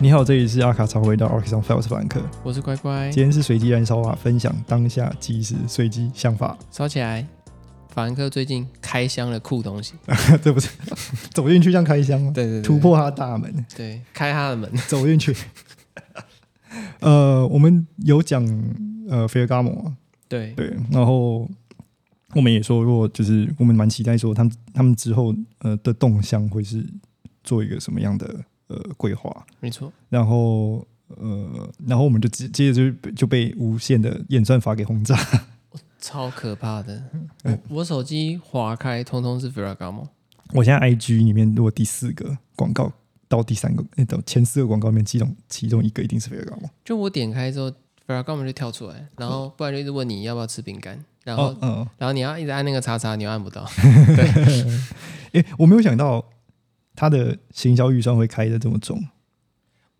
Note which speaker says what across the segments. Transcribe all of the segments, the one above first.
Speaker 1: 你好，这里是阿卡超回到 a r k s o n f e l s 凡客。
Speaker 2: 我是乖乖，
Speaker 1: 今天是随机燃烧法，分享当下即时随机想法。
Speaker 2: 烧起来。法兰克最近开箱了酷东西，
Speaker 1: 这不是 走进去像开箱吗？
Speaker 2: 对对对，
Speaker 1: 突破他的大门，
Speaker 2: 对，开他的门，
Speaker 1: 走进去。 呃，我们有讲呃菲尔伽摩嘛，
Speaker 2: 对，
Speaker 1: 对，然后我们也说过，就是我们蛮期待说他们他们之后呃的动向会是做一个什么样的呃规划，
Speaker 2: 没错，
Speaker 1: 然后。呃，然后我们就接接着就就被无限的演算法给轰炸，
Speaker 2: 超可怕的。
Speaker 1: 嗯
Speaker 2: 我我手机划开，通通是 Ferragamo，
Speaker 1: 我现在 IG 里面如果第四个广告到第三个，诶到前四个广告里面，其中其中一个一定是菲尔高吗？
Speaker 2: 就我点开之后，Ferragamo 就跳出来，然后不然就一直问你要不要吃饼干，然后、
Speaker 1: 哦，嗯，
Speaker 2: 然后你要一直按那个叉叉，你又按不到，
Speaker 1: 诶、我没有想到他的行销预算会开的这么重，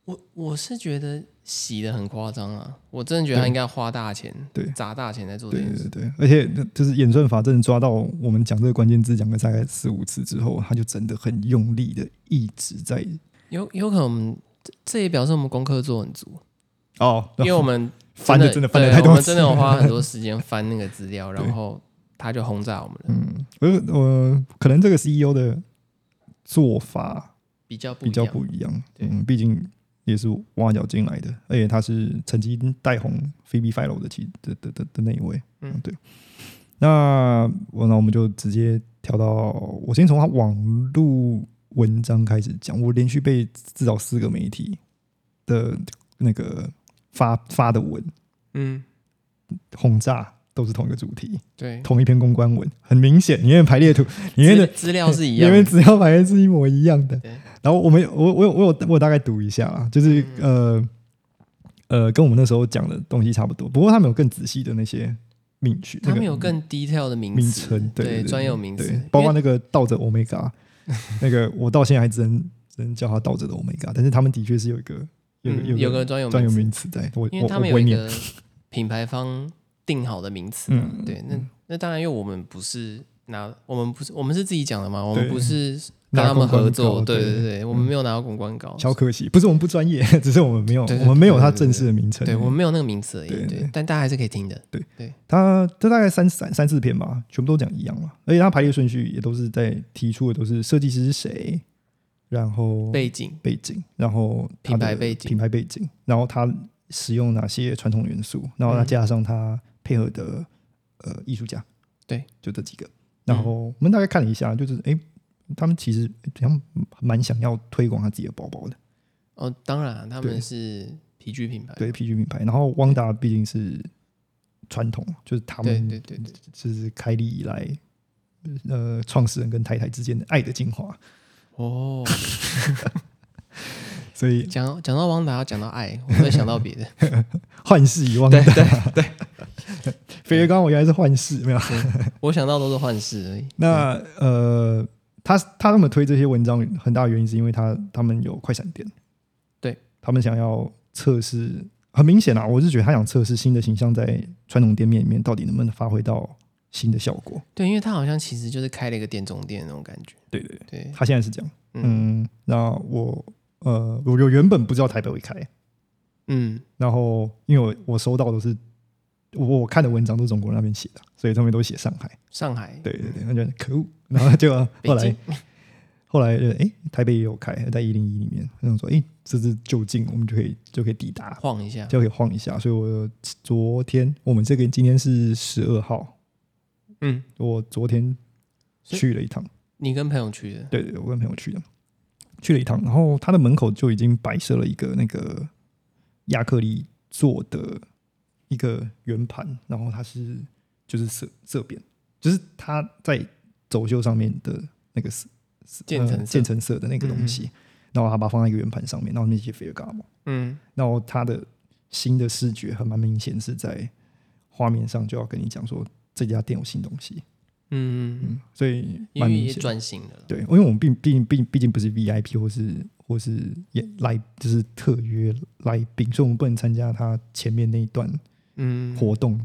Speaker 2: 我我是觉得洗的很夸张啊，我真的觉得他应该花大钱，
Speaker 1: 对
Speaker 2: 砸大钱在做这
Speaker 1: 对
Speaker 2: 件
Speaker 1: 对
Speaker 2: 事，
Speaker 1: 对对，而且就是演算法真的抓到我们讲这个关键字讲了大概四五次之后，他就真的很用力的一直在
Speaker 2: 有有可能我们这这也表示我们功课做很足，
Speaker 1: 哦，
Speaker 2: 因为我们
Speaker 1: 翻的真的翻的
Speaker 2: 对
Speaker 1: 太
Speaker 2: 我
Speaker 1: 多
Speaker 2: 们
Speaker 1: 次
Speaker 2: 真的有花很多时间翻那个资料，
Speaker 1: 对
Speaker 2: 然后他就轰炸我们了，
Speaker 1: 嗯，我我、呃、可能这个 CEO 的做法
Speaker 2: 比较不
Speaker 1: 比较
Speaker 2: 一样
Speaker 1: 不一样。
Speaker 2: 对
Speaker 1: 嗯，毕竟也是挖角进来的，而且他是曾经带红 Phoebe Philo 的其的的的的那一位。
Speaker 2: 嗯
Speaker 1: 嗯，对。那我那我们就直接跳到，我先从他网络文章开始讲。我连续被至少四个媒体的那个发发的文
Speaker 2: 嗯，
Speaker 1: 轰炸，都是同一个主题，
Speaker 2: 对，
Speaker 1: 同一篇公关文，很明显，里面排列图，里面的
Speaker 2: 资资料是一
Speaker 1: 因
Speaker 2: 样
Speaker 1: 为
Speaker 2: 的，
Speaker 1: 只要排列是一模一样的
Speaker 2: 对。
Speaker 1: 然后我们有我我有我有我有大概读一下啦，就是、
Speaker 2: 嗯
Speaker 1: 呃呃，跟我们那时候讲的东西差不多，不过他们有更仔细的那些命去，
Speaker 2: 他们
Speaker 1: 那个
Speaker 2: 有更 detail 的名
Speaker 1: 名
Speaker 2: 词
Speaker 1: 称，对对
Speaker 2: 对，
Speaker 1: 对
Speaker 2: 专有名
Speaker 1: 对
Speaker 2: 词，
Speaker 1: 包括
Speaker 2: 因为
Speaker 1: 那个倒着 omega，那 个我到现在还只能只能叫它倒着的 omega，但是他们的确是有一个有
Speaker 2: 嗯
Speaker 1: 个
Speaker 2: 有
Speaker 1: 有
Speaker 2: 个专有
Speaker 1: 专有
Speaker 2: 名词，
Speaker 1: 名词在，我
Speaker 2: 因
Speaker 1: 我
Speaker 2: 为他
Speaker 1: 我
Speaker 2: 们有
Speaker 1: 会
Speaker 2: 一
Speaker 1: 念，
Speaker 2: 个品牌方定好的名词，
Speaker 1: 嗯，
Speaker 2: 对，那那当然，因为我们不是拿，我们不是我们是自己讲的嘛，我
Speaker 1: 对
Speaker 2: 们不是
Speaker 1: 拿
Speaker 2: 跟他们
Speaker 1: 公关
Speaker 2: 合
Speaker 1: 稿
Speaker 2: 作，对
Speaker 1: 对嗯
Speaker 2: 对对，我们没有拿到公关稿，
Speaker 1: 小可惜，不是我们不专业， 只是我们没有
Speaker 2: 对对
Speaker 1: 我们没有它
Speaker 2: 对对对
Speaker 1: 正式的名称，
Speaker 2: 对我们没有那个名词而已，
Speaker 1: 对对
Speaker 2: 对，但大家还是可以听的，
Speaker 1: 他这大概三三三四篇吧，全部都讲一样嘛，而且他排列顺序也都是在提出的都是设计师是谁，然后
Speaker 2: 背景，
Speaker 1: 背景，然后他的
Speaker 2: 品牌背景
Speaker 1: 品牌背景，然后他使用哪些传统元素，然后再
Speaker 2: 嗯
Speaker 1: 加上他配合的呃艺术家，
Speaker 2: 对，嗯
Speaker 1: 就这几个。然后我们大概看了一下，就是诶，他们其实他们蛮想要推广他自己的包包的，
Speaker 2: 哦，当然啊他
Speaker 1: 对
Speaker 2: 们是皮具品牌，
Speaker 1: 对 PG 品牌。然后汪达毕竟是传统，就是他
Speaker 2: 对
Speaker 1: 们
Speaker 2: 对对对，
Speaker 1: 就是开立以来，呃，创始人跟太太之间的爱的精华。
Speaker 2: 哦，
Speaker 1: 所以
Speaker 2: 讲讲到汪达，要讲到爱，我会想到别 的，
Speaker 1: 幻视遗忘
Speaker 2: 对
Speaker 1: 的，
Speaker 2: 对，
Speaker 1: 肥肥刚我原来是幻视，没有。
Speaker 2: 我想到都是幻视而已，
Speaker 1: 那呃，他他那么推这些文章，很大的原因是因为他他们有快闪店，
Speaker 2: 对
Speaker 1: 他们想要测试，很明显啊，我是觉得他想测试新的形象在传统店面里面到底能不能发挥到新的效果。
Speaker 2: 对，因为他好像其实就是开了一个店中店那种感觉，
Speaker 1: 对对，
Speaker 2: 对，
Speaker 1: 他现在是这样。
Speaker 2: 嗯
Speaker 1: 嗯，那我呃，我我原本不知道台北会开，
Speaker 2: 嗯，
Speaker 1: 然后因为我我收到都是我我看的文章都是中国人那边写的，所以他们都写上海。
Speaker 2: 上海，
Speaker 1: 对对对，那就可恶。然后就后
Speaker 2: 北
Speaker 1: 来
Speaker 2: 京，
Speaker 1: 后来就哎、诶台北也有开，在一零一里面，那种说哎、诶这是就近，我们就可以就可以抵达，
Speaker 2: 晃一下，
Speaker 1: 就可以晃一下。所以我昨天我们这个今天是十二号，
Speaker 2: 嗯，
Speaker 1: 我昨天
Speaker 2: 所以
Speaker 1: 去了一趟，
Speaker 2: 你跟朋友去的，
Speaker 1: 对对，我跟朋友去的，去了一趟，然后他的门口就已经摆设了一个那个亚克力做的一个圆盘，然后它是就是色色变，就是它在走绣上面的那个色色
Speaker 2: 渐层
Speaker 1: 呃
Speaker 2: 色
Speaker 1: 渐层色的那个东西，然后他把它放在一个圆盘上面，然后那些菲尔伽嘛，
Speaker 2: 嗯，
Speaker 1: 然后它的新的视觉很蛮明显是在画面上就要跟你讲说这家店有新东西，
Speaker 2: 嗯，
Speaker 1: 嗯，所以
Speaker 2: 因
Speaker 1: 蛮
Speaker 2: 为
Speaker 1: 明
Speaker 2: 也
Speaker 1: 显的。
Speaker 2: 转型了，
Speaker 1: 对，因为我们并毕竟毕竟毕竟不是 VIP 或是或是也来就是特约来宾，所以我们不能参加他前面那一段
Speaker 2: 嗯，
Speaker 1: 活动。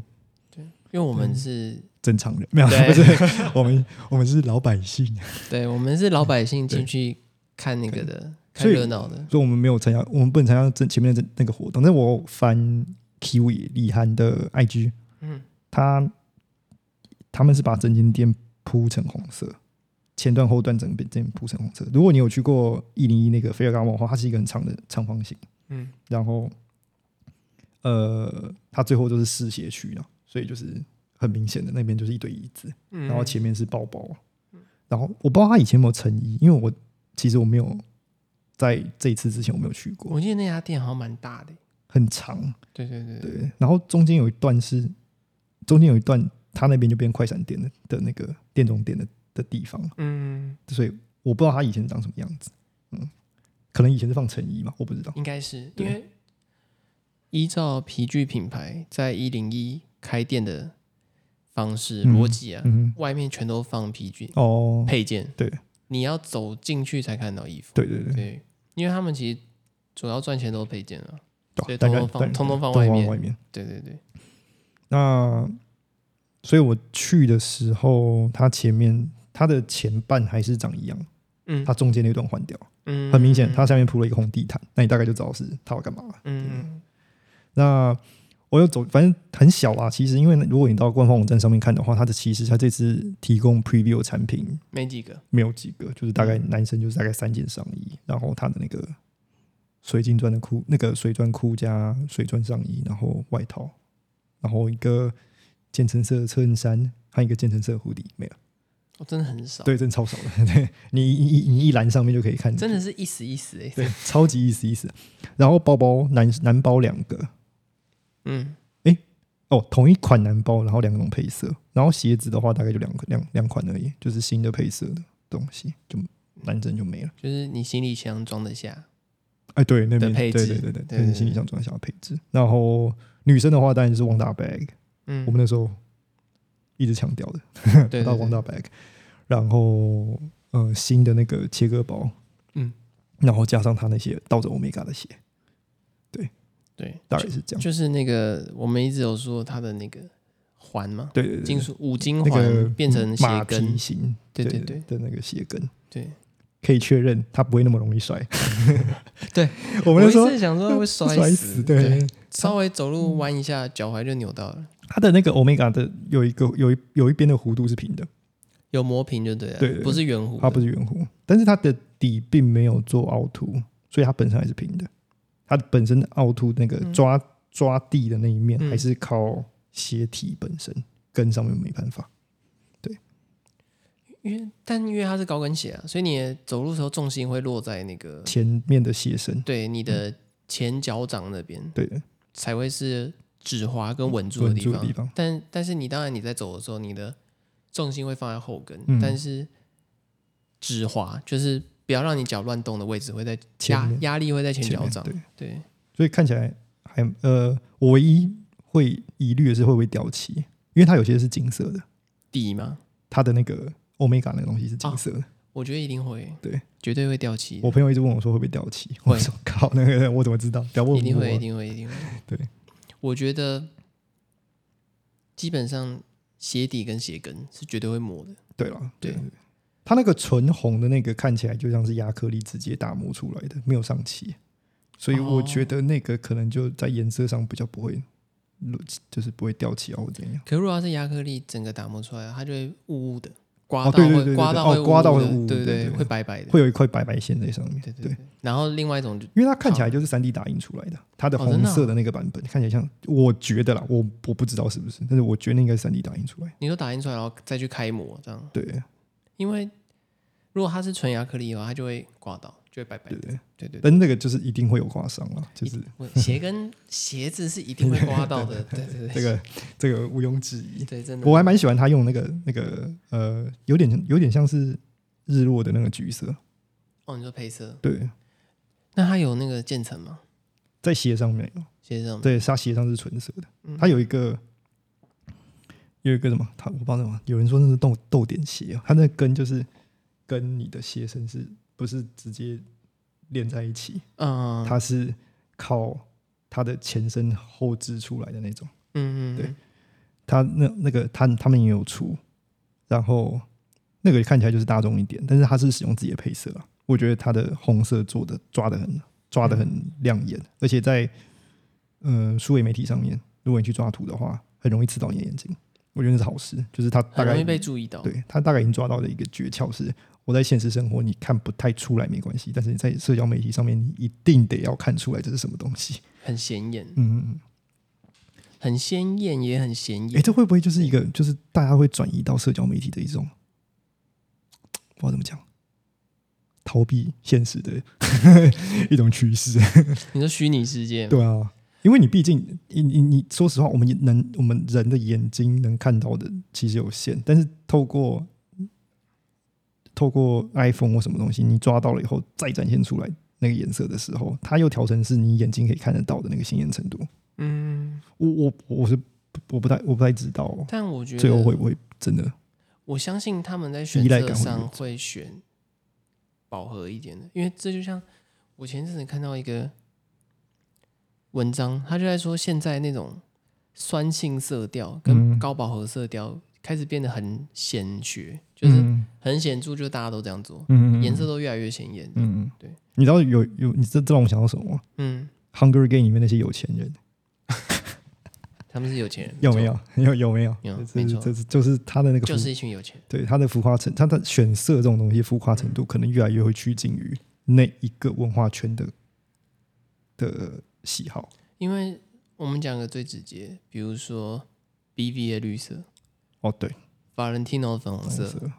Speaker 2: 因为我
Speaker 1: 嗯
Speaker 2: 们是，
Speaker 1: 正常人没有，
Speaker 2: 对
Speaker 1: 不是我们我们是老百姓，
Speaker 2: 对我们是老百姓
Speaker 1: 对
Speaker 2: 进去看那个的，看
Speaker 1: 所以
Speaker 2: 热闹的。
Speaker 1: 所以我们没有参加，我们不能参加这前面的这那个活动。但是我翻 Kiwi 李涵的 IG，
Speaker 2: 嗯，
Speaker 1: 他他们是把整间店铺成红色，前段后段整间店铺成红色。如果你有去过一零一那个菲尔伽莫的话，它是一个很长的长方形，
Speaker 2: 嗯，
Speaker 1: 然后呃，它最后就是嗜血区了，所以就是很明显的那边就是一堆椅子，
Speaker 2: 然
Speaker 1: 然后前面是包包，然后我不知道他以前有没有成衣，因为我其实我没有在这一次之前我没有去过，
Speaker 2: 我记得那家店好像蛮大的，
Speaker 1: 很长，
Speaker 2: 对对对对，
Speaker 1: 对，然后中间有一段是中间有一段，他那边就变快闪店的的那个电动店的的地方，
Speaker 2: 嗯，
Speaker 1: 所以我不知道他以前长什么样子，嗯，可能以前是放成衣嘛，我不知道，
Speaker 2: 应该是因
Speaker 1: 对
Speaker 2: 为依照皮具品牌在一零一开店的方式
Speaker 1: 嗯
Speaker 2: 逻辑啊，
Speaker 1: 嗯
Speaker 2: 外面全都放皮具
Speaker 1: 哼，哦，
Speaker 2: 配件，
Speaker 1: 对，
Speaker 2: 你要走进去才看到衣服，
Speaker 1: 对对对，
Speaker 2: 对，因为他们其实主要赚钱都是配件啊，所以
Speaker 1: 大
Speaker 2: 通
Speaker 1: 家
Speaker 2: 通放通通放
Speaker 1: 外
Speaker 2: 外面，
Speaker 1: 外面，
Speaker 2: 对对对，
Speaker 1: 那所以我去的时候，它前面它的前半还是长一样，
Speaker 2: 嗯
Speaker 1: 它中间那段换掉，
Speaker 2: 嗯，
Speaker 1: 很明显，它下面铺了一个红地毯，那你大概就知道是它要干嘛了。
Speaker 2: 嗯，
Speaker 1: 那我有走，反正很小啦。其实因为如果你到官方网站上面看的话，它的其实它这次提供 preview 的产品
Speaker 2: 没几个，
Speaker 1: 没有几个，就是大概
Speaker 2: 嗯
Speaker 1: 男生就是大概三件上衣，然后它的那个水晶钻的裤，那个水钻裤加水钻上衣，然后外套，然后一个渐层色的衬衫和一个渐层色的护底，没
Speaker 2: 哦
Speaker 1: 了。
Speaker 2: 我真的很少，
Speaker 1: 对，真的超少的。 对你你你你一栏上面就可以看，
Speaker 2: 真的是一时一时哎，
Speaker 1: 对，超级意思意思。然后包包男男包两个，
Speaker 2: 嗯，
Speaker 1: 哦，同一款男包，然后两种配色，然后鞋子的话大概就两个两两款而已，就是新的配色的东西，就男生就没了。
Speaker 2: 就是你行李箱装得下，
Speaker 1: 哎，对，那边
Speaker 2: 的配
Speaker 1: 对
Speaker 2: 置
Speaker 1: 对对对，
Speaker 2: 对
Speaker 1: 对
Speaker 2: 对
Speaker 1: 行李箱装箱配置。然后女生的话当然就是旺大 bag，、
Speaker 2: 嗯，
Speaker 1: 我们那时候一直强调的，
Speaker 2: 对
Speaker 1: 到
Speaker 2: 对
Speaker 1: 旺
Speaker 2: 对
Speaker 1: 大 bag，然后呃新的那个切割包，
Speaker 2: 嗯，
Speaker 1: 然后加上他那些倒着欧米伽的鞋，
Speaker 2: 对，
Speaker 1: 大概是这样。
Speaker 2: 就是那个我们一直有说它的那个环嘛，
Speaker 1: 对对对，
Speaker 2: 金属五金
Speaker 1: 那个嗯
Speaker 2: 环变成鞋
Speaker 1: 马蹄
Speaker 2: 跟，
Speaker 1: 型，
Speaker 2: 对对
Speaker 1: 对
Speaker 2: 对
Speaker 1: 的那个鞋跟。
Speaker 2: 对，
Speaker 1: 可以确认他不会那么容易摔。
Speaker 2: 对，
Speaker 1: 我
Speaker 2: 我
Speaker 1: 们那
Speaker 2: 一
Speaker 1: 时候
Speaker 2: 直想说会摔
Speaker 1: 摔
Speaker 2: 死，
Speaker 1: 对，
Speaker 2: 稍微走路弯一下脚踝就扭到了，
Speaker 1: 它的那个 Omega 的有一个有一有一边的弧度是平的，
Speaker 2: 有磨平就对了，
Speaker 1: 对对对
Speaker 2: 不是圆弧的，
Speaker 1: 它不是圆弧，但是它的底并没有做凹凸，所以它本身还是平的。它本身的凹凸那个抓、抓地的那一面
Speaker 2: 嗯
Speaker 1: 还是靠鞋体本身，跟上面没办法。
Speaker 2: 因为但因为它是高跟鞋啊，所以你的走路的时候重心会落在那个
Speaker 1: 前嗯面的鞋身，
Speaker 2: 对你的前脚掌那边
Speaker 1: 对的，
Speaker 2: 才会是止滑跟稳住的
Speaker 1: 稳
Speaker 2: 地
Speaker 1: 住的
Speaker 2: 方
Speaker 1: 地，方，
Speaker 2: 但但是你当然你在走的时候，你的重心会放在后跟，
Speaker 1: 嗯
Speaker 2: 但是止滑就是不要让你脚乱动的位置会在
Speaker 1: 前
Speaker 2: 压
Speaker 1: 面
Speaker 2: 压力会在前
Speaker 1: 前
Speaker 2: 脚
Speaker 1: 面
Speaker 2: 掌，
Speaker 1: 对，
Speaker 2: 对，
Speaker 1: 所以看起来还呃，我唯一会疑虑的是会不会掉漆，因为它有些是金色的。
Speaker 2: 底嘛，
Speaker 1: 它的那个 Omega 那个东西是金色的。
Speaker 2: 我觉得一定会，
Speaker 1: 对，
Speaker 2: 绝对会掉漆的，
Speaker 1: 我朋友一直问我说会不会掉漆，
Speaker 2: 会
Speaker 1: 我说靠，那个我怎么知道？不要问我，啊
Speaker 2: 一定会，一定会，一定会，
Speaker 1: 对，
Speaker 2: 我觉得基本上鞋底跟鞋跟是绝对会磨的，
Speaker 1: 对了，
Speaker 2: 对
Speaker 1: 对。它那个纯红的那个看起来就像是亚克力直接打磨出来的，没有上漆，所以我
Speaker 2: 哦
Speaker 1: 觉得那个可能就在颜色上比较不会，就是不会掉漆啊或怎样。
Speaker 2: 可如果它是亚克力整个打磨出来的，它就会雾雾的，刮
Speaker 1: 哦
Speaker 2: 到
Speaker 1: 对对对
Speaker 2: 会
Speaker 1: 对
Speaker 2: 刮
Speaker 1: 对
Speaker 2: 到
Speaker 1: 哦
Speaker 2: 会
Speaker 1: 刮到
Speaker 2: 雾
Speaker 1: 会
Speaker 2: 的
Speaker 1: 雾
Speaker 2: 对
Speaker 1: 对对
Speaker 2: 会白白的，
Speaker 1: 会有一块白白线在上面，
Speaker 2: 对对对。然后另外一种就
Speaker 1: 因为它看起来就是三 D 打印出来的，它的
Speaker 2: 哦真
Speaker 1: 红
Speaker 2: 的啊
Speaker 1: 色的那个版本看起来像，我觉得啦，我我不知道是不是，但是我觉得那应该是三 D 打印出来的。
Speaker 2: 你说打印出来，然后再去开模这样，
Speaker 1: 对，
Speaker 2: 因为如果它是纯亚克力的话，它就会刮到，就会白白的。
Speaker 1: 对
Speaker 2: 对对对，
Speaker 1: 但那个就是一定会有刮伤了，就是
Speaker 2: 我鞋跟鞋子是一定会刮 到的。对对对，
Speaker 1: 这个这个毋庸置疑。
Speaker 2: 对真的，
Speaker 1: 我还蛮喜欢他用那个那个呃，有点有点像是日落的那个橘色，
Speaker 2: 哦，你说配色，
Speaker 1: 对，
Speaker 2: 那它有那个渐层吗？
Speaker 1: 在鞋上面有，
Speaker 2: 鞋上
Speaker 1: 对，它鞋上是纯色的，它有一个有一个什么，它我不知道什么，有人说那是豆豆点鞋哦，它那个跟就是跟你的鞋身是不是直接连在一起？
Speaker 2: 嗯嗯
Speaker 1: 它是靠它的前身后置出来的那种。
Speaker 2: 嗯，嗯
Speaker 1: 对，他那那个他他们也有出，然后那个看起来就是大众一点，但是他是使用自己的配色啊，我觉得它的红色做的抓的很抓的很亮眼，而且在呃数位媒体上面，如果你去抓图的话，很容易刺到你的眼睛。我觉得那是好事，就是它大
Speaker 2: 很
Speaker 1: 概
Speaker 2: 容易被注意到。
Speaker 1: 对他大概已经抓到的一个诀窍是，我在现实生活你看不太出来没关系，但是你在社交媒体上面，你一定得要看出来这是什么东西。
Speaker 2: 很显眼，
Speaker 1: 嗯嗯
Speaker 2: 很鲜艳，也很显
Speaker 1: 嗯，哎，
Speaker 2: 眼。
Speaker 1: 这会不会就是一个就是大家会转移到社交媒体的一种，不知道怎么讲，逃避现实的一种趋势？
Speaker 2: 你说虚拟世界，
Speaker 1: 对啊。因为你毕竟，你你你，说实话，我们也能我们人的眼睛能看到的其实有限，但是透过透过 iPhone 或什么东西，你抓到了以后，再展现出来那个颜色的时候，它又调成是你眼睛可以看得到的那个鲜艳程度。
Speaker 2: 嗯，
Speaker 1: 我我我是我不太我不太知道
Speaker 2: 但我觉
Speaker 1: 最后会
Speaker 2: 得，
Speaker 1: 不会真的
Speaker 2: 我相信他们在选
Speaker 1: 依赖感会
Speaker 2: 择
Speaker 1: 不
Speaker 2: 上
Speaker 1: 会
Speaker 2: 会选饱和一点的，因为这就像我前阵子看到一个文章，他就在说现在那种酸性色调跟
Speaker 1: 嗯
Speaker 2: 高饱和色调开始变得很显学，就是
Speaker 1: 嗯
Speaker 2: 很显著，就大家都这样做，
Speaker 1: 嗯
Speaker 2: 颜色都越来越显眼。
Speaker 1: 嗯嗯
Speaker 2: 对，
Speaker 1: 你知道有有你这这让我想到什么吗
Speaker 2: 嗯，
Speaker 1: 《Hunger Game》里面那些有钱人。
Speaker 2: 他们是有钱人，
Speaker 1: 有没
Speaker 2: 错？
Speaker 1: 有？ 有有没有？
Speaker 2: 有
Speaker 1: 这
Speaker 2: 没
Speaker 1: 是
Speaker 2: 错
Speaker 1: 这是就是他的那个浮
Speaker 2: 就是一群有钱人。
Speaker 1: 对它的浮夸程，它的选色这种东西，浮夸程度可能越来越会趋近于那一个文化圈的的喜好。
Speaker 2: 因为我们讲个最直接，比如说 B V 的绿色
Speaker 1: 哦，对，
Speaker 2: ，Valentino 的粉红
Speaker 1: 红
Speaker 2: 色，
Speaker 1: 色，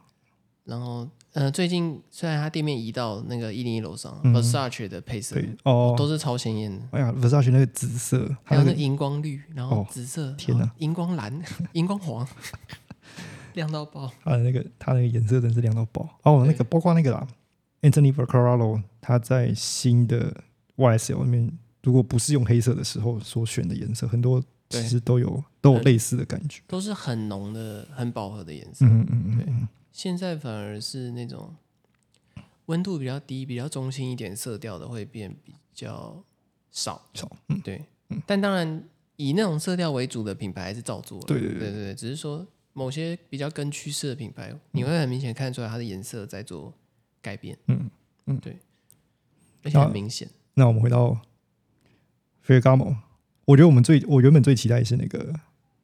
Speaker 2: 然后呃，最近虽然它店面移到那个一零一楼上、
Speaker 1: 嗯
Speaker 2: v e r s a c e 的配色
Speaker 1: 对，哦，
Speaker 2: 都是超鲜艳的，
Speaker 1: 哎呀，Versace 那个紫色，它
Speaker 2: 还有
Speaker 1: 那
Speaker 2: 那
Speaker 1: 个
Speaker 2: 荧光绿，然后
Speaker 1: 哦
Speaker 2: 紫色，
Speaker 1: 天
Speaker 2: 然
Speaker 1: 哪
Speaker 2: 后荧 光蓝、荧光黄， 亮到爆。
Speaker 1: 它的那个它那个颜色真是亮到爆。哦，那个包括那个啦，Anthony Vaccaro 他在新的 YSL 里面，如果不是用黑色的时候所选的颜色，很多其
Speaker 2: 对
Speaker 1: 实都有都有类似的感觉。
Speaker 2: 都是很浓的、很饱和的颜色。
Speaker 1: 嗯嗯嗯嗯，
Speaker 2: 现在反而是那种温度比较低、比较中性一点色调的会变比较少。
Speaker 1: 少，嗯，
Speaker 2: 对，但当然以那种色调为主的品牌还是照做了。
Speaker 1: 对对
Speaker 2: 对
Speaker 1: 对
Speaker 2: 对对，只是说某些比较跟趋势的品牌，你会很明显看得出来它的颜色在做改变。
Speaker 1: 嗯嗯
Speaker 2: 对，而且很明显。
Speaker 1: 那我们回到 Ferragamo，我觉得我们最我原本最期待的是那个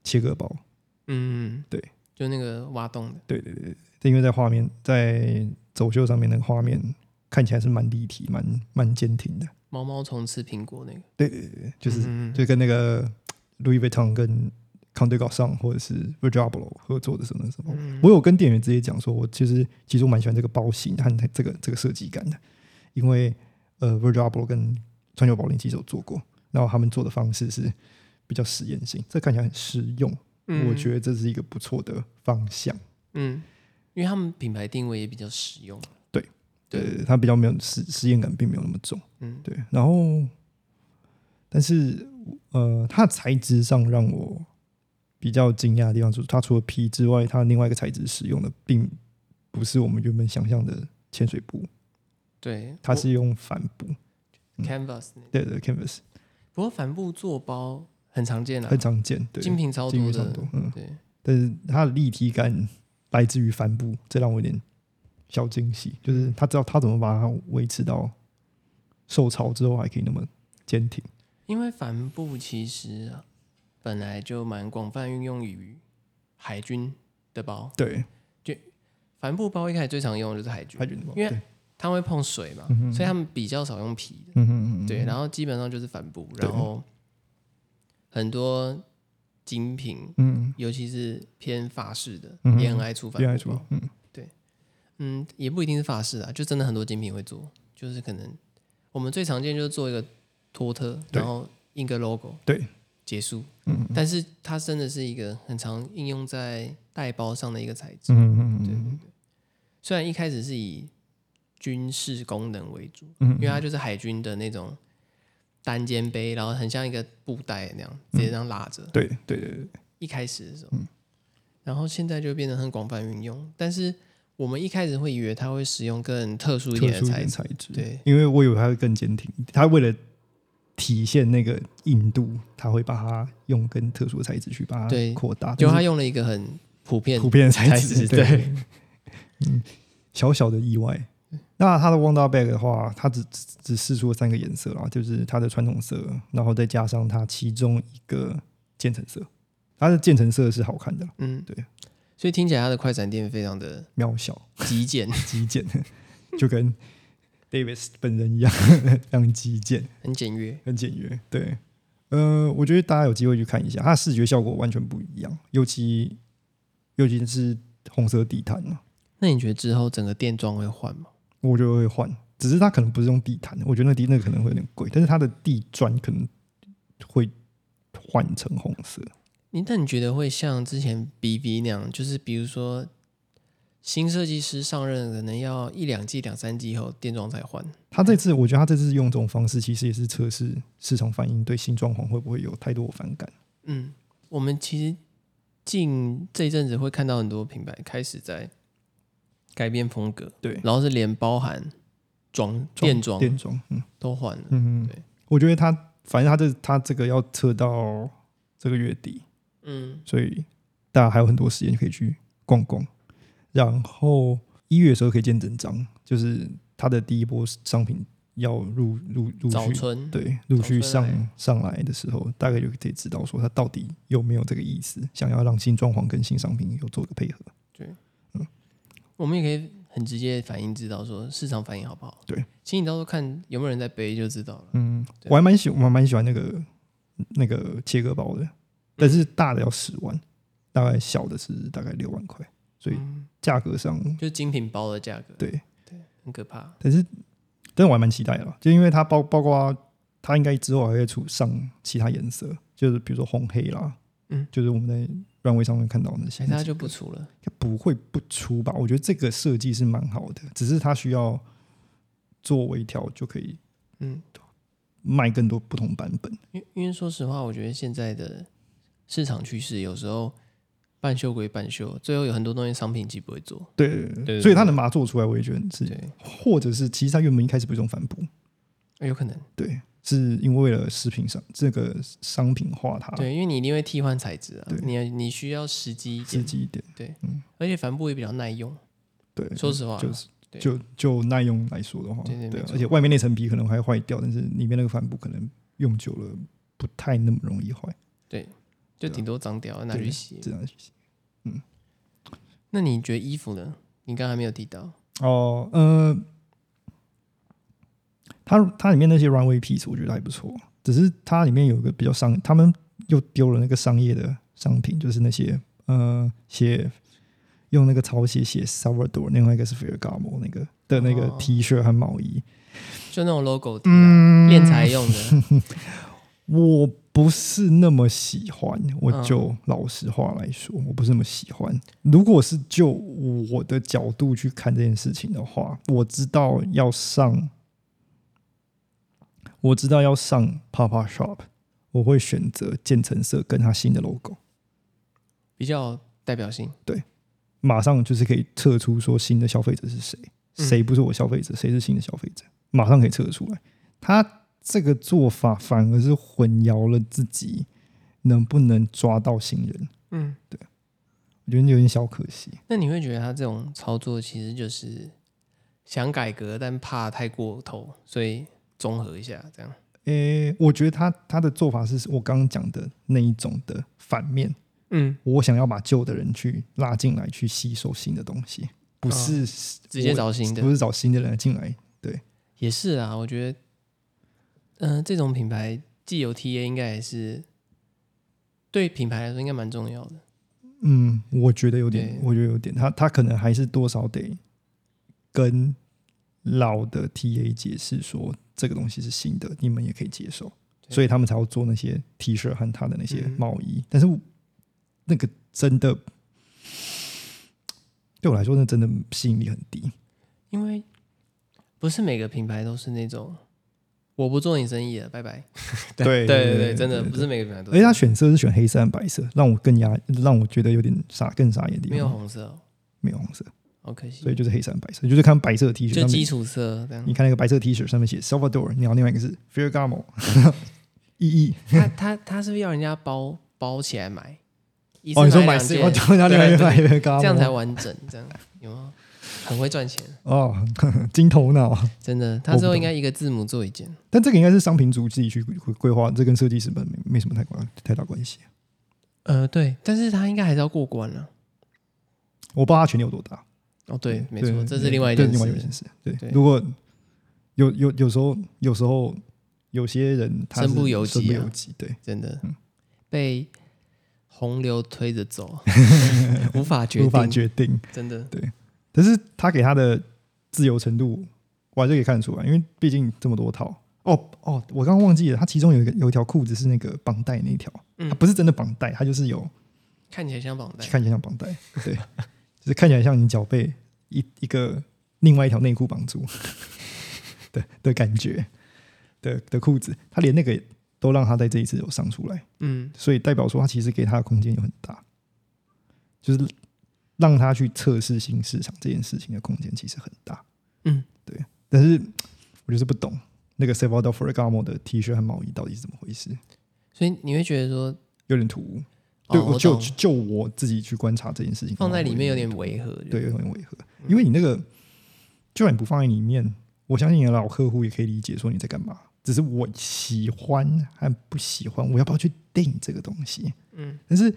Speaker 1: 切割包，
Speaker 2: 嗯，
Speaker 1: 对，
Speaker 2: 就那个挖洞的，
Speaker 1: 对对对对，对因为在画面在走秀上面那个画面看起来是蛮立体、蛮蛮坚挺的，
Speaker 2: 毛毛虫吃苹果那个，
Speaker 1: 对对对，对就是、
Speaker 2: 嗯
Speaker 1: 就跟那个 Louis Vuitton 跟 Conde Garçon 或者是 Virgil Abloh 合作的时候那什么，
Speaker 2: 嗯
Speaker 1: 我有跟店员直接讲说，我其实其实我蛮喜欢这个包型和这个这个设计感的，因为呃，Virgil Abloh 跟川久保玲其实有做过，然后他们做的方式是比较实验性，这看起来很实用，
Speaker 2: 嗯
Speaker 1: 我觉得这是一个不错的方向。
Speaker 2: 嗯，因为他们品牌定位也比较实用。
Speaker 1: 对
Speaker 2: 对，
Speaker 1: 对，它比较没有实实验感，并没有那么重。
Speaker 2: 嗯
Speaker 1: 对，然后但是呃，它的材质上让我比较惊讶的地方就是，它除了皮之外，它另外一个材质使用的并不是我们原本想象的潜水布，
Speaker 2: 对，
Speaker 1: 它是嗯用帆布，
Speaker 2: 我 canvas 那个。
Speaker 1: 对对，canvas
Speaker 2: 不过帆布做包很常见啦
Speaker 1: 很，常见，对，
Speaker 2: 精品超多
Speaker 1: 精品超
Speaker 2: 的。
Speaker 1: 多，嗯，
Speaker 2: 对，
Speaker 1: 但是它的立体感来自于帆布，这让我有点小惊喜，就是他知道他怎么把它维持到受潮之后还可以那么坚挺，
Speaker 2: 因为帆布其实啊本来就蛮广泛运用于海军的包，
Speaker 1: 对，
Speaker 2: 帆布包一开始最常用的就是海军
Speaker 1: 他，觉得蛮
Speaker 2: 因为
Speaker 1: 对
Speaker 2: 它会碰水嘛，所以他们比较少用皮的。
Speaker 1: 嗯嗯嗯，
Speaker 2: 对，然后基本上就是帆布，
Speaker 1: 对
Speaker 2: 然后很多精品，
Speaker 1: 嗯，
Speaker 2: 尤其是偏法式的，
Speaker 1: 嗯
Speaker 2: 也很爱出帆
Speaker 1: 恋爱
Speaker 2: 布啊
Speaker 1: 主
Speaker 2: 包
Speaker 1: 义。，嗯，
Speaker 2: 嗯，也不一定是法式啊，就真的很多精品会做，就是可能我们最常见就是做一个托特，
Speaker 1: 对
Speaker 2: 然后印个 logo，
Speaker 1: 对，
Speaker 2: 结束。
Speaker 1: 嗯
Speaker 2: 但是它真的是一个很常应用在带包上的一个材质。
Speaker 1: 嗯
Speaker 2: 对对对，虽然一开始是以军事功能为主，
Speaker 1: 嗯
Speaker 2: 因为它就是海军的那种单肩背，然后很像一个布袋那样，
Speaker 1: 嗯
Speaker 2: 直接这样拉着。
Speaker 1: 对对对对，
Speaker 2: 一开始的时候，
Speaker 1: 嗯
Speaker 2: 然后现在就变得很广泛运用。但是我们一开始会以为它会使用更特殊一
Speaker 1: 特
Speaker 2: 点的
Speaker 1: 殊一
Speaker 2: 材
Speaker 1: 点
Speaker 2: 质，
Speaker 1: 材质，
Speaker 2: 对，
Speaker 1: 因为我以为它会更坚挺，它为了体现那个硬度，它会把它用更特殊的材质去把
Speaker 2: 对
Speaker 1: 它扩大，
Speaker 2: 就它
Speaker 1: 但是
Speaker 2: 用了一个很普遍
Speaker 1: 普遍的材
Speaker 2: 材
Speaker 1: 质，
Speaker 2: 质，
Speaker 1: 对，
Speaker 2: 对
Speaker 1: 小小的意外，那它的 Wonder Bag 的话，它只只只试出了三个颜色啦，就是它的传统色，然后再加上它其中一个渐层色。它的渐层色是好看的啦，
Speaker 2: 嗯，
Speaker 1: 对。
Speaker 2: 所以听起来它的快闪店非常的
Speaker 1: 渺小
Speaker 2: 极简，
Speaker 1: 极简， 就跟 Davis 本人一样， 非常极简，
Speaker 2: 很简约。
Speaker 1: 很简约。对，呃，我觉得大家有机会去看一下，它的视觉效果完全不一样，尤其尤其是红色地毯嘛，
Speaker 2: 那你觉得之后整个店装会换吗？
Speaker 1: 我就会换。只是它可能不是用地毯，我觉得那地那个可能会有点贵，但是它的地砖可能会换成红色。
Speaker 2: 你但你觉得会像之前 B B 那样，就是比如说新设计师上任，可能要一两季、两三季后店装才换。
Speaker 1: 他这次，我觉得他这次用这种方式，其实也是测试市场反应对新装潢会不会有太多反感。
Speaker 2: 嗯，我们其实近这一阵子会看到很多品牌开始在改变风格，
Speaker 1: 对，
Speaker 2: 然后是连包含装店装
Speaker 1: 电装，嗯。
Speaker 2: 都换了。
Speaker 1: 嗯
Speaker 2: 对，
Speaker 1: 我觉得他反正他这他这个要测到这个月底，
Speaker 2: 嗯，
Speaker 1: 所以大家还有很多时间可以去逛逛。然后一月的时候可以见真章，就是他的第一波商品要陆陆陆
Speaker 2: 嗯早
Speaker 1: 续
Speaker 2: 春
Speaker 1: 对陆续
Speaker 2: 早春
Speaker 1: 上
Speaker 2: 来
Speaker 1: 上来的时候，大概就可以知道说他到底有没有这个意思，想要让新装潢跟新商品有做个配合。
Speaker 2: 我们也可以很直接反应知道说市场反应好不好。
Speaker 1: 对，
Speaker 2: 其实你到时候看有没有人在背就知道了。
Speaker 1: 嗯，
Speaker 2: 对
Speaker 1: 我还蛮喜我还蛮喜欢那个那个切割包的，但是大的要十万，大概小的是大概六万块，所以
Speaker 2: 嗯，
Speaker 1: 价格上
Speaker 2: 就是精品包的价格，
Speaker 1: 对，
Speaker 2: 很可怕。
Speaker 1: 但是但是我还蛮期待的啦，就因为它包包括它应该之后还会出上其他颜色，就是比如说红黑啦，
Speaker 2: 嗯，
Speaker 1: 就是我们在软位上面看到的那些，
Speaker 2: 哎，他就不出了。
Speaker 1: 应该不会不出吧？我觉得这个设计是蛮好的，只是它需要做微调就可以
Speaker 2: 嗯，
Speaker 1: 卖更多不同版本，
Speaker 2: 因为因为说实话，我觉得现在的市场趋势有时候半秀归半秀，最后有很多东西商品级不会做。
Speaker 1: 对对对
Speaker 2: 对
Speaker 1: 所以它能把它做出来，我也觉得很刺激。
Speaker 2: 对，
Speaker 1: 或者是其实它原本一开始不是用帆布，
Speaker 2: 有可能。
Speaker 1: 对，是因为为了食品上这个商品化它，
Speaker 2: 对，因为你一定会替换材质啊
Speaker 1: 对，
Speaker 2: 你要你需要时机一
Speaker 1: 刺
Speaker 2: 点，
Speaker 1: 激一点，
Speaker 2: 而且帆布也比较耐用。
Speaker 1: 对，
Speaker 2: 说实话，
Speaker 1: 就是
Speaker 2: 对
Speaker 1: 就就耐用来说的话，
Speaker 2: 对对没
Speaker 1: 啊
Speaker 2: 错
Speaker 1: 而且外面那层皮可能还坏掉，但是里面那个帆布可能用久了不太那么容易坏，
Speaker 2: 就顶多脏掉，拿去洗。嗯
Speaker 1: 这样
Speaker 2: 那你觉得衣服呢？你刚才没有提到，
Speaker 1: 哦，呃，它它里面那些 runway piece 我觉得还不错，啊只是它里面有一个比较商，他们又丢了那个商业的商品，就是那些呃写用那个草写写 Salvador，另外一个是 Ferragamo 那个的那个
Speaker 2: 哦
Speaker 1: T 恤和毛衣，
Speaker 2: 就那种 logo 底啊，练财用 的。
Speaker 1: 我不是那么喜欢，我就老实话来说，我不是那么喜欢。如果是就我的角度去看这件事情的话，我知道要上，我知道要上 Papa Shop，我会选择渐层色跟它新的 logo，
Speaker 2: 比较有代表性。
Speaker 1: 马上就是可以测出说新的消费者是谁，
Speaker 2: 嗯
Speaker 1: 谁不是我消费者，谁是新的消费者，马上可以测得出来。他这个做法反而是混淆了自己能不能抓到新人。
Speaker 2: 嗯，
Speaker 1: 我觉得有点小可惜。
Speaker 2: 那你会觉得他这种操作其实就是想改革，但怕太过头，所以综合一下这样。
Speaker 1: 诶、我觉得他他的做法是我刚刚讲的那一种的反面，
Speaker 2: 嗯，
Speaker 1: 我想要把旧的人去拉进来，去吸收新的东西，不是、
Speaker 2: 啊直接找新
Speaker 1: 不
Speaker 2: 的
Speaker 1: 是找新的人进来。
Speaker 2: 也是啊。我觉得，嗯、这种品牌既有 TA 应该也是对品牌来说应该蛮重要的。
Speaker 1: 嗯，我觉得有点
Speaker 2: 对，
Speaker 1: 我觉得有点，他他可能还是多少得跟老的 TA 解释说这个东西是新的，你们也可以接受，
Speaker 2: 对
Speaker 1: 所以他们才要做那些 T 恤和他的那些
Speaker 2: 嗯
Speaker 1: 毛衣。但是那个真的对我来说，那真的吸引力很低。
Speaker 2: 因为不是每个品牌都是那种我不做你生意了，拜拜。
Speaker 1: 对
Speaker 2: 对
Speaker 1: 对
Speaker 2: 对，真的不
Speaker 1: 对哎
Speaker 2: 是每个品牌都
Speaker 1: 而
Speaker 2: 是
Speaker 1: 且他选色是选黑色和白色，让我更压，让我觉得有点傻，更傻眼的地方
Speaker 2: 没有红色哦，
Speaker 1: 没有红色，
Speaker 2: 好可惜
Speaker 1: 所以。就是黑色和白色，就是看白色的 T 恤
Speaker 2: 就
Speaker 1: 上面
Speaker 2: 基础色这样
Speaker 1: 你。看那个白色 T 恤上面写 Salvador，然后另外一个是 E Ferragamo，意义。
Speaker 2: 他他他是不是要人家包包起来买？一次
Speaker 1: 哦，你说啊
Speaker 2: 买
Speaker 1: 买
Speaker 2: 两件
Speaker 1: Salvador，然后另外一个买
Speaker 2: 对对
Speaker 1: Ferragamo，
Speaker 2: 这样才完整，这样有吗？很会赚钱，
Speaker 1: 哦， 金头脑。
Speaker 2: 真的。他
Speaker 1: 我不
Speaker 2: 之后
Speaker 1: 懂
Speaker 2: 应该一个字母做一件，
Speaker 1: 但这个应该是商品组自己去规规划，这跟设计师本没没什么太关太大关系。
Speaker 2: 呃，对，但是他应该还是要过关
Speaker 1: 啊
Speaker 2: 了。
Speaker 1: 我不知道他权力有多大。
Speaker 2: 哦，对，
Speaker 1: 嗯
Speaker 2: 没
Speaker 1: 对
Speaker 2: 错，这是另外一
Speaker 1: 对
Speaker 2: 件
Speaker 1: 另外一
Speaker 2: 事
Speaker 1: 件，事。对，
Speaker 2: 对
Speaker 1: 如果有有有时候有时候有些人他是
Speaker 2: 身不由己啊
Speaker 1: 身不由己。对，
Speaker 2: 真的
Speaker 1: 嗯
Speaker 2: 被洪流推着 走，无法决
Speaker 1: 无法
Speaker 2: 定，
Speaker 1: 决定。
Speaker 2: 真的。
Speaker 1: 但是他给他的自由程度，我还是可以看得出来，因为毕竟这么多套。哦哦，我刚刚忘记了，他其中有一个有一条裤子是那个绑带那一条，啊
Speaker 2: 嗯
Speaker 1: 它不是真的绑带，它就是有
Speaker 2: 看起来像绑带，
Speaker 1: 看起来像绑带，对，就是看起来像你脚被一一个另外一条内裤绑住的的感觉的的裤子，他连那个都让他在这一次有上出来，
Speaker 2: 嗯，
Speaker 1: 所以代表说他其实给他的空间有很大，就是让他去测试新市场这件事情的空间其实很大，
Speaker 2: 嗯，
Speaker 1: 对，但是我就是不懂那个 Salvador Ferragamo 的 T 恤和毛衣到底是怎么回事，
Speaker 2: 所以你会觉得说，
Speaker 1: 有点突兀。对，
Speaker 2: 哦，我
Speaker 1: 就哦
Speaker 2: 懂，
Speaker 1: 就我自己去观察这件事情，
Speaker 2: 放在里面有
Speaker 1: 点。
Speaker 2: 点违和，就
Speaker 1: 对，，有点违和。因为你那个，就算你不放在里面，我相信你的老客户也可以理解说你在干嘛。只是我喜欢和不喜欢，我要不要去定这个东西？
Speaker 2: 嗯，
Speaker 1: 但是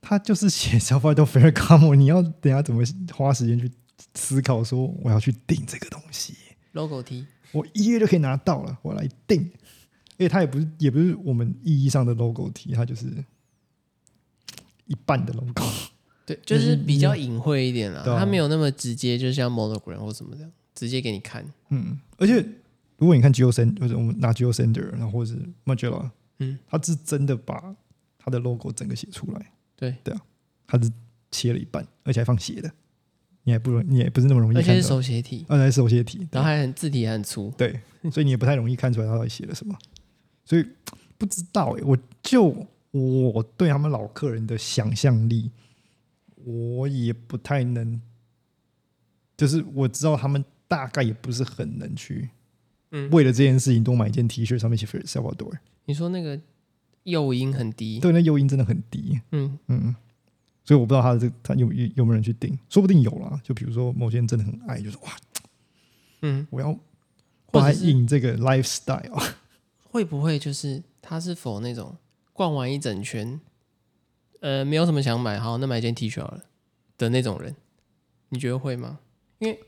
Speaker 1: 他就是写 s a l v a d o Ferragamo，你要等下怎么花时间去思考说我要去定这个东西？
Speaker 2: logo T，
Speaker 1: 我一月就可以拿到了，我来定。而且它也不是也不是我们意义上的 logo T，它就是一半的 logo。
Speaker 2: 对，就是比较隐晦一点啦，
Speaker 1: 嗯对啊
Speaker 2: 它没有那么直接，就像 monogram 或什么这样，直接给你看，
Speaker 1: 嗯，而且如果你看 Geo Send，或者我们拿 Geo Sender，然后或者是 Magella，
Speaker 2: 嗯，
Speaker 1: 他是真的把他的 logo 整个写出来，
Speaker 2: 对
Speaker 1: 对啊，他是切了一半，而且还放血的，你还不容，你也不是那么容易
Speaker 2: 而
Speaker 1: 看到，呃
Speaker 2: 且是手写体，
Speaker 1: 而且是手写体，
Speaker 2: 然后还很字体还很粗，
Speaker 1: 对，所以你也不太容易看出来他到底写了什么，所以不知道哎、我就我对他们老客人的想象力，我也不太能，就是我知道他们大概也不是很能去，
Speaker 2: 嗯
Speaker 1: 为了这件事情多买一件 T 恤，上面写 f e r Salvador，
Speaker 2: 你说那个诱音很低，
Speaker 1: 对，那诱因真的很低，
Speaker 2: 嗯，
Speaker 1: 嗯。所以我不知道他的这他有有有没有人去订，说不定有啦。就比如说某些人真的很爱，就是哇，
Speaker 2: 嗯，
Speaker 1: 我要
Speaker 2: 或
Speaker 1: 花
Speaker 2: 者是
Speaker 1: 印这个 lifestyle，
Speaker 2: 会不会就是它是否那种逛完一整圈，呃，没有什么想买，好，那买一件 T 恤好了的那种人，你觉得会吗？因为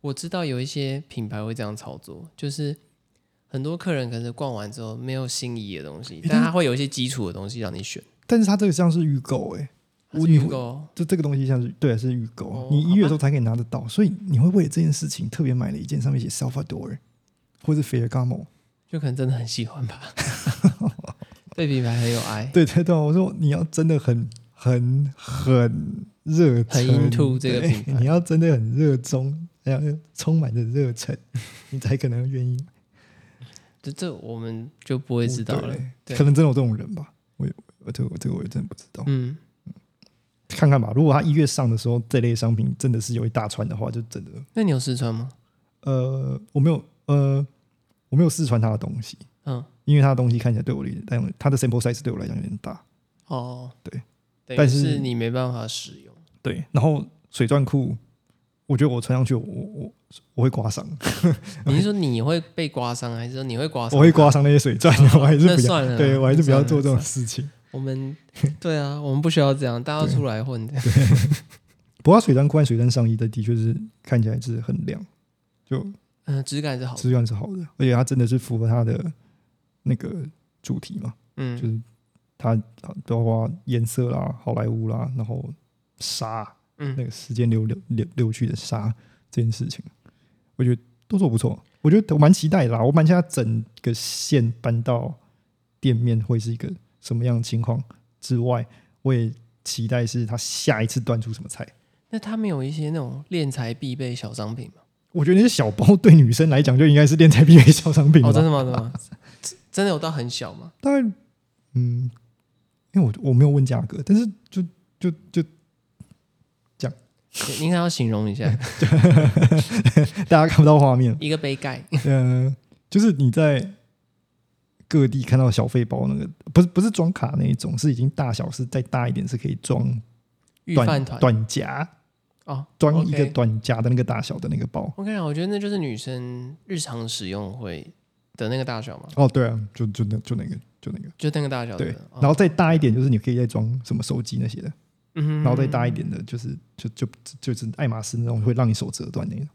Speaker 2: 我知道有一些品牌会这样操作，就是很多客人可能逛完之后没有心仪的东西，但他会有一些基础的东西让你选。
Speaker 1: 但是他这个像是预购哎、
Speaker 2: 它
Speaker 1: 我
Speaker 2: 是
Speaker 1: 你
Speaker 2: 预
Speaker 1: 会
Speaker 2: 购
Speaker 1: 就这个东西像是对啊是预购，
Speaker 2: 哦
Speaker 1: 你一月的时候才可以拿得到，所以你会为了这件事情特别买了一件上面写 Salvador 或者 Ferragamo。
Speaker 2: 就可能真的很喜 欢吧，对品牌很有爱，
Speaker 1: 对对对，我说你要真的很很很热忱，
Speaker 2: 很 into 这个
Speaker 1: 对
Speaker 2: 品牌
Speaker 1: 你要真的很热衷，还要充满着热 忱，你才可能愿意。
Speaker 2: 这这我们就不会知道了。
Speaker 1: 对
Speaker 2: 对
Speaker 1: 可能真的有这种人吧？我也我这个我这个我也真的不知道。
Speaker 2: 嗯，
Speaker 1: 看看吧，如果他一月上的时候这类商品真的是有一大串的话，就真的
Speaker 2: 那你有试穿吗？
Speaker 1: 呃，我没有呃，我没有试穿他的东西，
Speaker 2: 嗯，
Speaker 1: 因为他的东西看起来对我来讲，他的 sample size 对我来讲有点大。
Speaker 2: 哦，
Speaker 1: 对，
Speaker 2: 等
Speaker 1: 但
Speaker 2: 于
Speaker 1: 是
Speaker 2: 是你没办法使用。
Speaker 1: 对，然后水钻裤，我觉得我穿上去我，我我我会刮伤，
Speaker 2: 你是说你会被刮伤，还是说你会刮伤？
Speaker 1: 我会刮。伤那些水钻，我还是
Speaker 2: 那
Speaker 1: 不要，
Speaker 2: 算了啦，
Speaker 1: 对我还是不要做这种
Speaker 2: 那算了。
Speaker 1: 事情。
Speaker 2: 我们对啊，我们不需要这样，大家都出来混的。
Speaker 1: 不过它水钻裤和水钻上衣的的确是看起来是很亮，就
Speaker 2: 嗯，质感是好的。
Speaker 1: 质感是好的，而且它真的是符合它的那个主题嘛，就
Speaker 2: 嗯
Speaker 1: 是它包括颜色啦、好莱坞啦，然后沙那
Speaker 2: 嗯，
Speaker 1: 个时间流流流流去的沙这件事情，我觉得都做不错。我觉得我蛮期待的啦，我蛮期待整个线搬到店面会是一个什么样的情况之外，我也期待是他下一次端出什么菜。
Speaker 2: 那他们有一些那种练财必备小商品吗？
Speaker 1: 我觉得那些小包对女生来讲就应该是练财必备小商品吧
Speaker 2: 哦，真的吗？真的吗？ 真真的有到很小吗？
Speaker 1: 大概嗯，因为我我没有问价格，但是就就就
Speaker 2: 你你应该要形容一下，
Speaker 1: 大家看不到画面，
Speaker 2: 一个 杯盖，
Speaker 1: 呃，就是你在各地看到小费包那个，不是不是装卡那一种，是已经大小是再大一点，是可以装
Speaker 2: 御
Speaker 1: 短
Speaker 2: 饭团
Speaker 1: 短夹，
Speaker 2: 哦，
Speaker 1: 装一个
Speaker 2: OK
Speaker 1: 短夹的那个大小的那个包。
Speaker 2: 我跟你讲，我觉得那就是女生日常使用会的那个大小嘛，
Speaker 1: 哦，对啊，就就那就那个就那个，
Speaker 2: 就那个大小的。
Speaker 1: 对
Speaker 2: 哦，
Speaker 1: 然后再大一点就是你可以再装什么手机那些的，
Speaker 2: 嗯哼，
Speaker 1: 然后再大一点的就是就就就是爱马仕那种会让你手折断那个。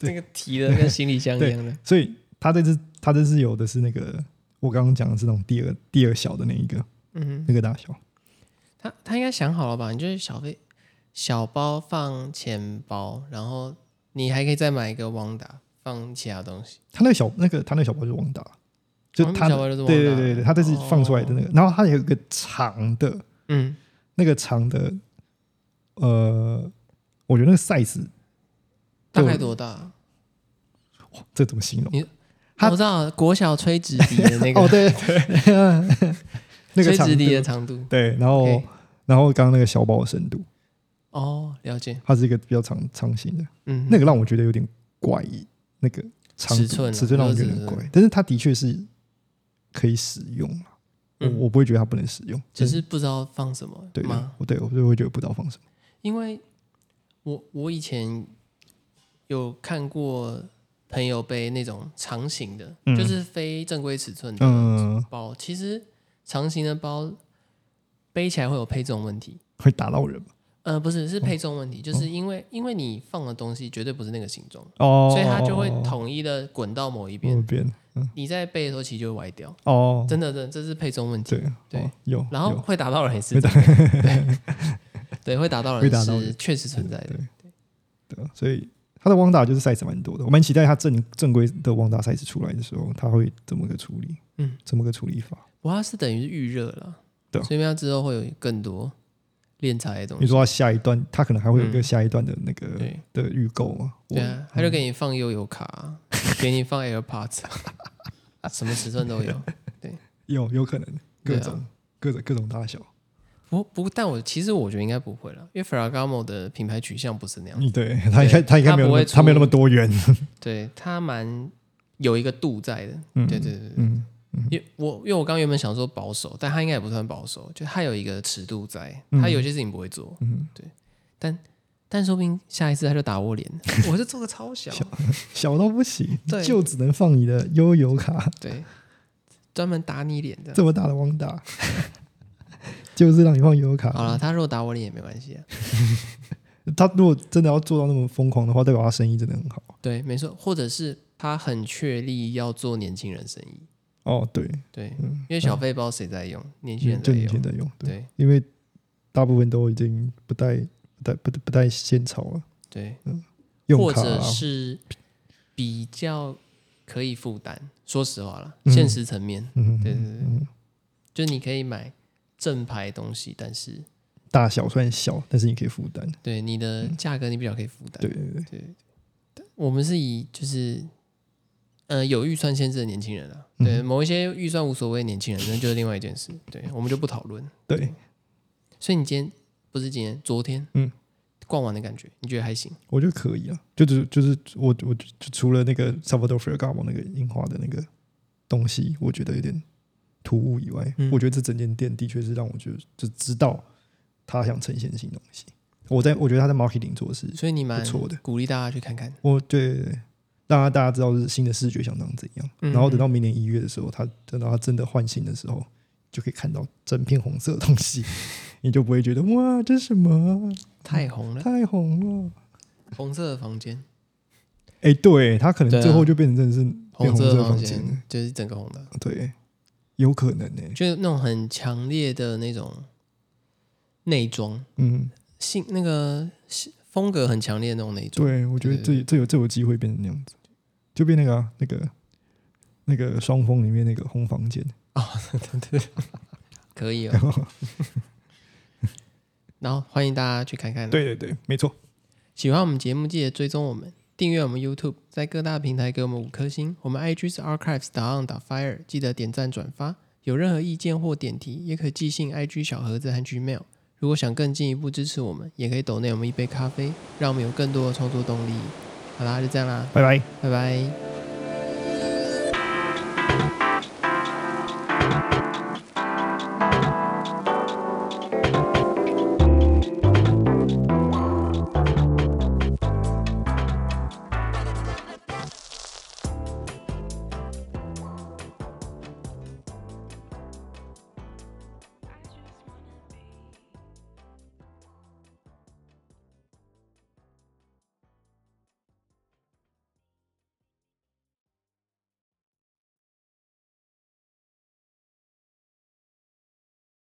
Speaker 2: 那个提的跟行李箱一样的。
Speaker 1: 所以他这只他这只有的是那个我刚刚讲的是那种第二第二小的那一个
Speaker 2: 嗯哼，
Speaker 1: 那个大小。
Speaker 2: 他他应该想好了吧？你就是小费小包放钱包，然后你还可以再买一个旺达放其他东西。
Speaker 1: 他那个小那个他那个小包就是旺达，就
Speaker 2: 哦
Speaker 1: 他
Speaker 2: 小包就是
Speaker 1: 的
Speaker 2: 哦旺达
Speaker 1: 对对对对，他这是放出来的那个，然后它有一个长的
Speaker 2: 嗯，
Speaker 1: 那个长的，呃，我觉得那个 size
Speaker 2: 大
Speaker 1: 对
Speaker 2: 概多大？啊
Speaker 1: 这怎么形容？他
Speaker 2: 我知道啊国小吹纸笛的那 个，
Speaker 1: 哦， 对对，那个
Speaker 2: 吹
Speaker 1: 长
Speaker 2: 纸笛的
Speaker 1: 度哦
Speaker 2: 长度。
Speaker 1: 对，然后
Speaker 2: OK
Speaker 1: 然后刚刚那个小包的深度，
Speaker 2: 哦，了解。
Speaker 1: 它是一个比较长长型的，
Speaker 2: 嗯，
Speaker 1: 那个让我觉得有点怪异，那个长
Speaker 2: 尺
Speaker 1: 度
Speaker 2: 寸啊
Speaker 1: 尺寸让我
Speaker 2: 那
Speaker 1: 觉
Speaker 2: 个
Speaker 1: 得有点
Speaker 2: 尺寸
Speaker 1: 怪，但是它的确是可以使用啊，我
Speaker 2: 嗯
Speaker 1: 我不会觉得它不能使用，
Speaker 2: 只是不知道放什么
Speaker 1: 对对
Speaker 2: 吗？
Speaker 1: 我对我就会觉得不知道放什么，
Speaker 2: 因为我我以前有看过朋友背那种长型的，
Speaker 1: 嗯
Speaker 2: 就是非正规尺寸的
Speaker 1: 嗯，
Speaker 2: 包。其实长型的包背起来会有配重问题，
Speaker 1: 会打到人嘛
Speaker 2: 呃，不是是配重问题，就是因为因为你放的东西绝对不是那个形状，
Speaker 1: 哦，
Speaker 2: 所以它就会
Speaker 1: 哦
Speaker 2: 统一的滚到某一边。
Speaker 1: 哦边
Speaker 2: 你在背的时候其实就会歪掉，
Speaker 1: 哦，
Speaker 2: 真的，真的这是配重问题。
Speaker 1: 对
Speaker 2: 对
Speaker 1: 哦有，
Speaker 2: 然后
Speaker 1: 有
Speaker 2: 会打到人也是真的， 对对，会打到
Speaker 1: 会
Speaker 2: 人
Speaker 1: 打到
Speaker 2: 是
Speaker 1: 人
Speaker 2: 确实存在的。
Speaker 1: 对，啊所以它的汪达就是 size 蛮多的，我蛮期待它正正规的汪达 size 出来的时候，它会怎么个处理？
Speaker 2: 嗯，
Speaker 1: 怎么个处理法？
Speaker 2: 不过它是等于是预热了，
Speaker 1: 对啊
Speaker 2: 所以它之后会有更多练财的东
Speaker 1: 你
Speaker 2: 西。
Speaker 1: 说它下一段，它可能还会有一个
Speaker 2: 嗯
Speaker 1: 下一段的那个、
Speaker 2: 对
Speaker 1: 的预购嘛？我
Speaker 2: 对啊，他就给你放悠游卡 啊、给你放 AirPods，啊什么尺寸都有。
Speaker 1: 有有可能各
Speaker 2: 对啊
Speaker 1: 种、各种各种大小，
Speaker 2: 不不，但我其实我觉得应该不会了，因为 Ferragamo 的品牌取向不是那样，
Speaker 1: 嗯，对，它应该它应该
Speaker 2: 它
Speaker 1: 没有
Speaker 2: 不
Speaker 1: 那么
Speaker 2: 会
Speaker 1: 它没有那么多元，
Speaker 2: 对，它蛮有一个度在的。
Speaker 1: 嗯，
Speaker 2: 对对对对，
Speaker 1: 嗯，
Speaker 2: 因为我因为我刚原本想说保守，但它应该也不算保守，就它有一个尺度在，
Speaker 1: 嗯
Speaker 2: 它有些事情不会做，
Speaker 1: 嗯
Speaker 2: 对，但但说不定下一次他就打我脸了，我就做个超小。
Speaker 1: 小到不行，
Speaker 2: 对
Speaker 1: 就只能放你的悠游卡，
Speaker 2: 对，专门打你脸 的。
Speaker 1: 这么大的汪达，就是让你放悠游卡。
Speaker 2: 好了，他如果打我脸也没关系啊。
Speaker 1: 他如果真的要做到那么疯狂的话，代表他生意真的很好。
Speaker 2: 对，没错，或者是他很确立要做年轻人生意，
Speaker 1: 哦，对，
Speaker 2: 对，因为小费包谁在用，年轻人在
Speaker 1: 就你现
Speaker 2: 用，
Speaker 1: 在用，对，
Speaker 2: 对
Speaker 1: 因为大部分都已经不带不带不不带现钞了，
Speaker 2: 对，
Speaker 1: 用
Speaker 2: 或
Speaker 1: 卡
Speaker 2: 者
Speaker 1: 啊
Speaker 2: 是比较可以负担。说实话了，
Speaker 1: 嗯
Speaker 2: 现实层面，
Speaker 1: 嗯，
Speaker 2: 对对对
Speaker 1: 嗯
Speaker 2: 就是你可以买正牌东西，但是
Speaker 1: 大小虽然小，但是你可以负担。
Speaker 2: 对你的价格你比较可以负担。
Speaker 1: 对对对，
Speaker 2: 对，我们是以就是，呃，有预算限制的年轻人啊，
Speaker 1: 嗯
Speaker 2: 对，某一些预算无所谓的年轻人，那就是另外一件事，对，我们就不讨论。
Speaker 1: 对
Speaker 2: 所以你今天不是今天，昨天，
Speaker 1: 嗯，
Speaker 2: 逛完的感觉，你觉得还行？
Speaker 1: 我觉得可以啊，就只就是我我就除了那个 Salvador Ferragamo 那个樱花的那个东西，我觉得有点突兀以外，
Speaker 2: 嗯
Speaker 1: 我觉得这整间店的确是让我觉得就知道他想呈现新东西。我在我觉得他在 marketing 做的是
Speaker 2: 所以你蛮
Speaker 1: 不错的
Speaker 2: 鼓励大家去看看。
Speaker 1: 我对对对，让大家知道是新的视觉想当怎样，
Speaker 2: 嗯
Speaker 1: 然后等到明年一月的时候，他等到他真的换新的时候，就可以看到整片红色的东 西，你就不会觉得哇，这是什么
Speaker 2: 太红
Speaker 1: 啊
Speaker 2: 了，
Speaker 1: 太红了。
Speaker 2: 红色的房间，
Speaker 1: 哎、对他可能
Speaker 2: 对啊
Speaker 1: 最后就变成真的是变
Speaker 2: 红
Speaker 1: 红
Speaker 2: 色
Speaker 1: 色
Speaker 2: 的
Speaker 1: 的
Speaker 2: 房
Speaker 1: 房间了，
Speaker 2: 间就是整个红的，
Speaker 1: 对，有可能欸呢、
Speaker 2: 就是那种很强烈的那种内装
Speaker 1: 嗯，
Speaker 2: 性，那个风格很强烈的那种内装。
Speaker 1: 对，我觉得这这有这有机会变成那样子，就变那个啊、那个那个双峰里面那个红房间，
Speaker 2: 可以哦。 然后欢迎大家去看看。，
Speaker 1: 对对对，没错，
Speaker 2: 喜欢我们节目记得追踪我们，订阅我们 YouTube，在各大平台给我们五颗星。我们 IG 是 archives 打 on 打 fire，记得点赞转发。有任何意见或点题，也可寄信 IG 小盒子和 Gmail。如果想更进一步支持我们，也可以抖内我们一杯咖啡，让我们有更多的创作动力。好啦，就这样啦，
Speaker 1: 拜拜。
Speaker 2: 拜拜。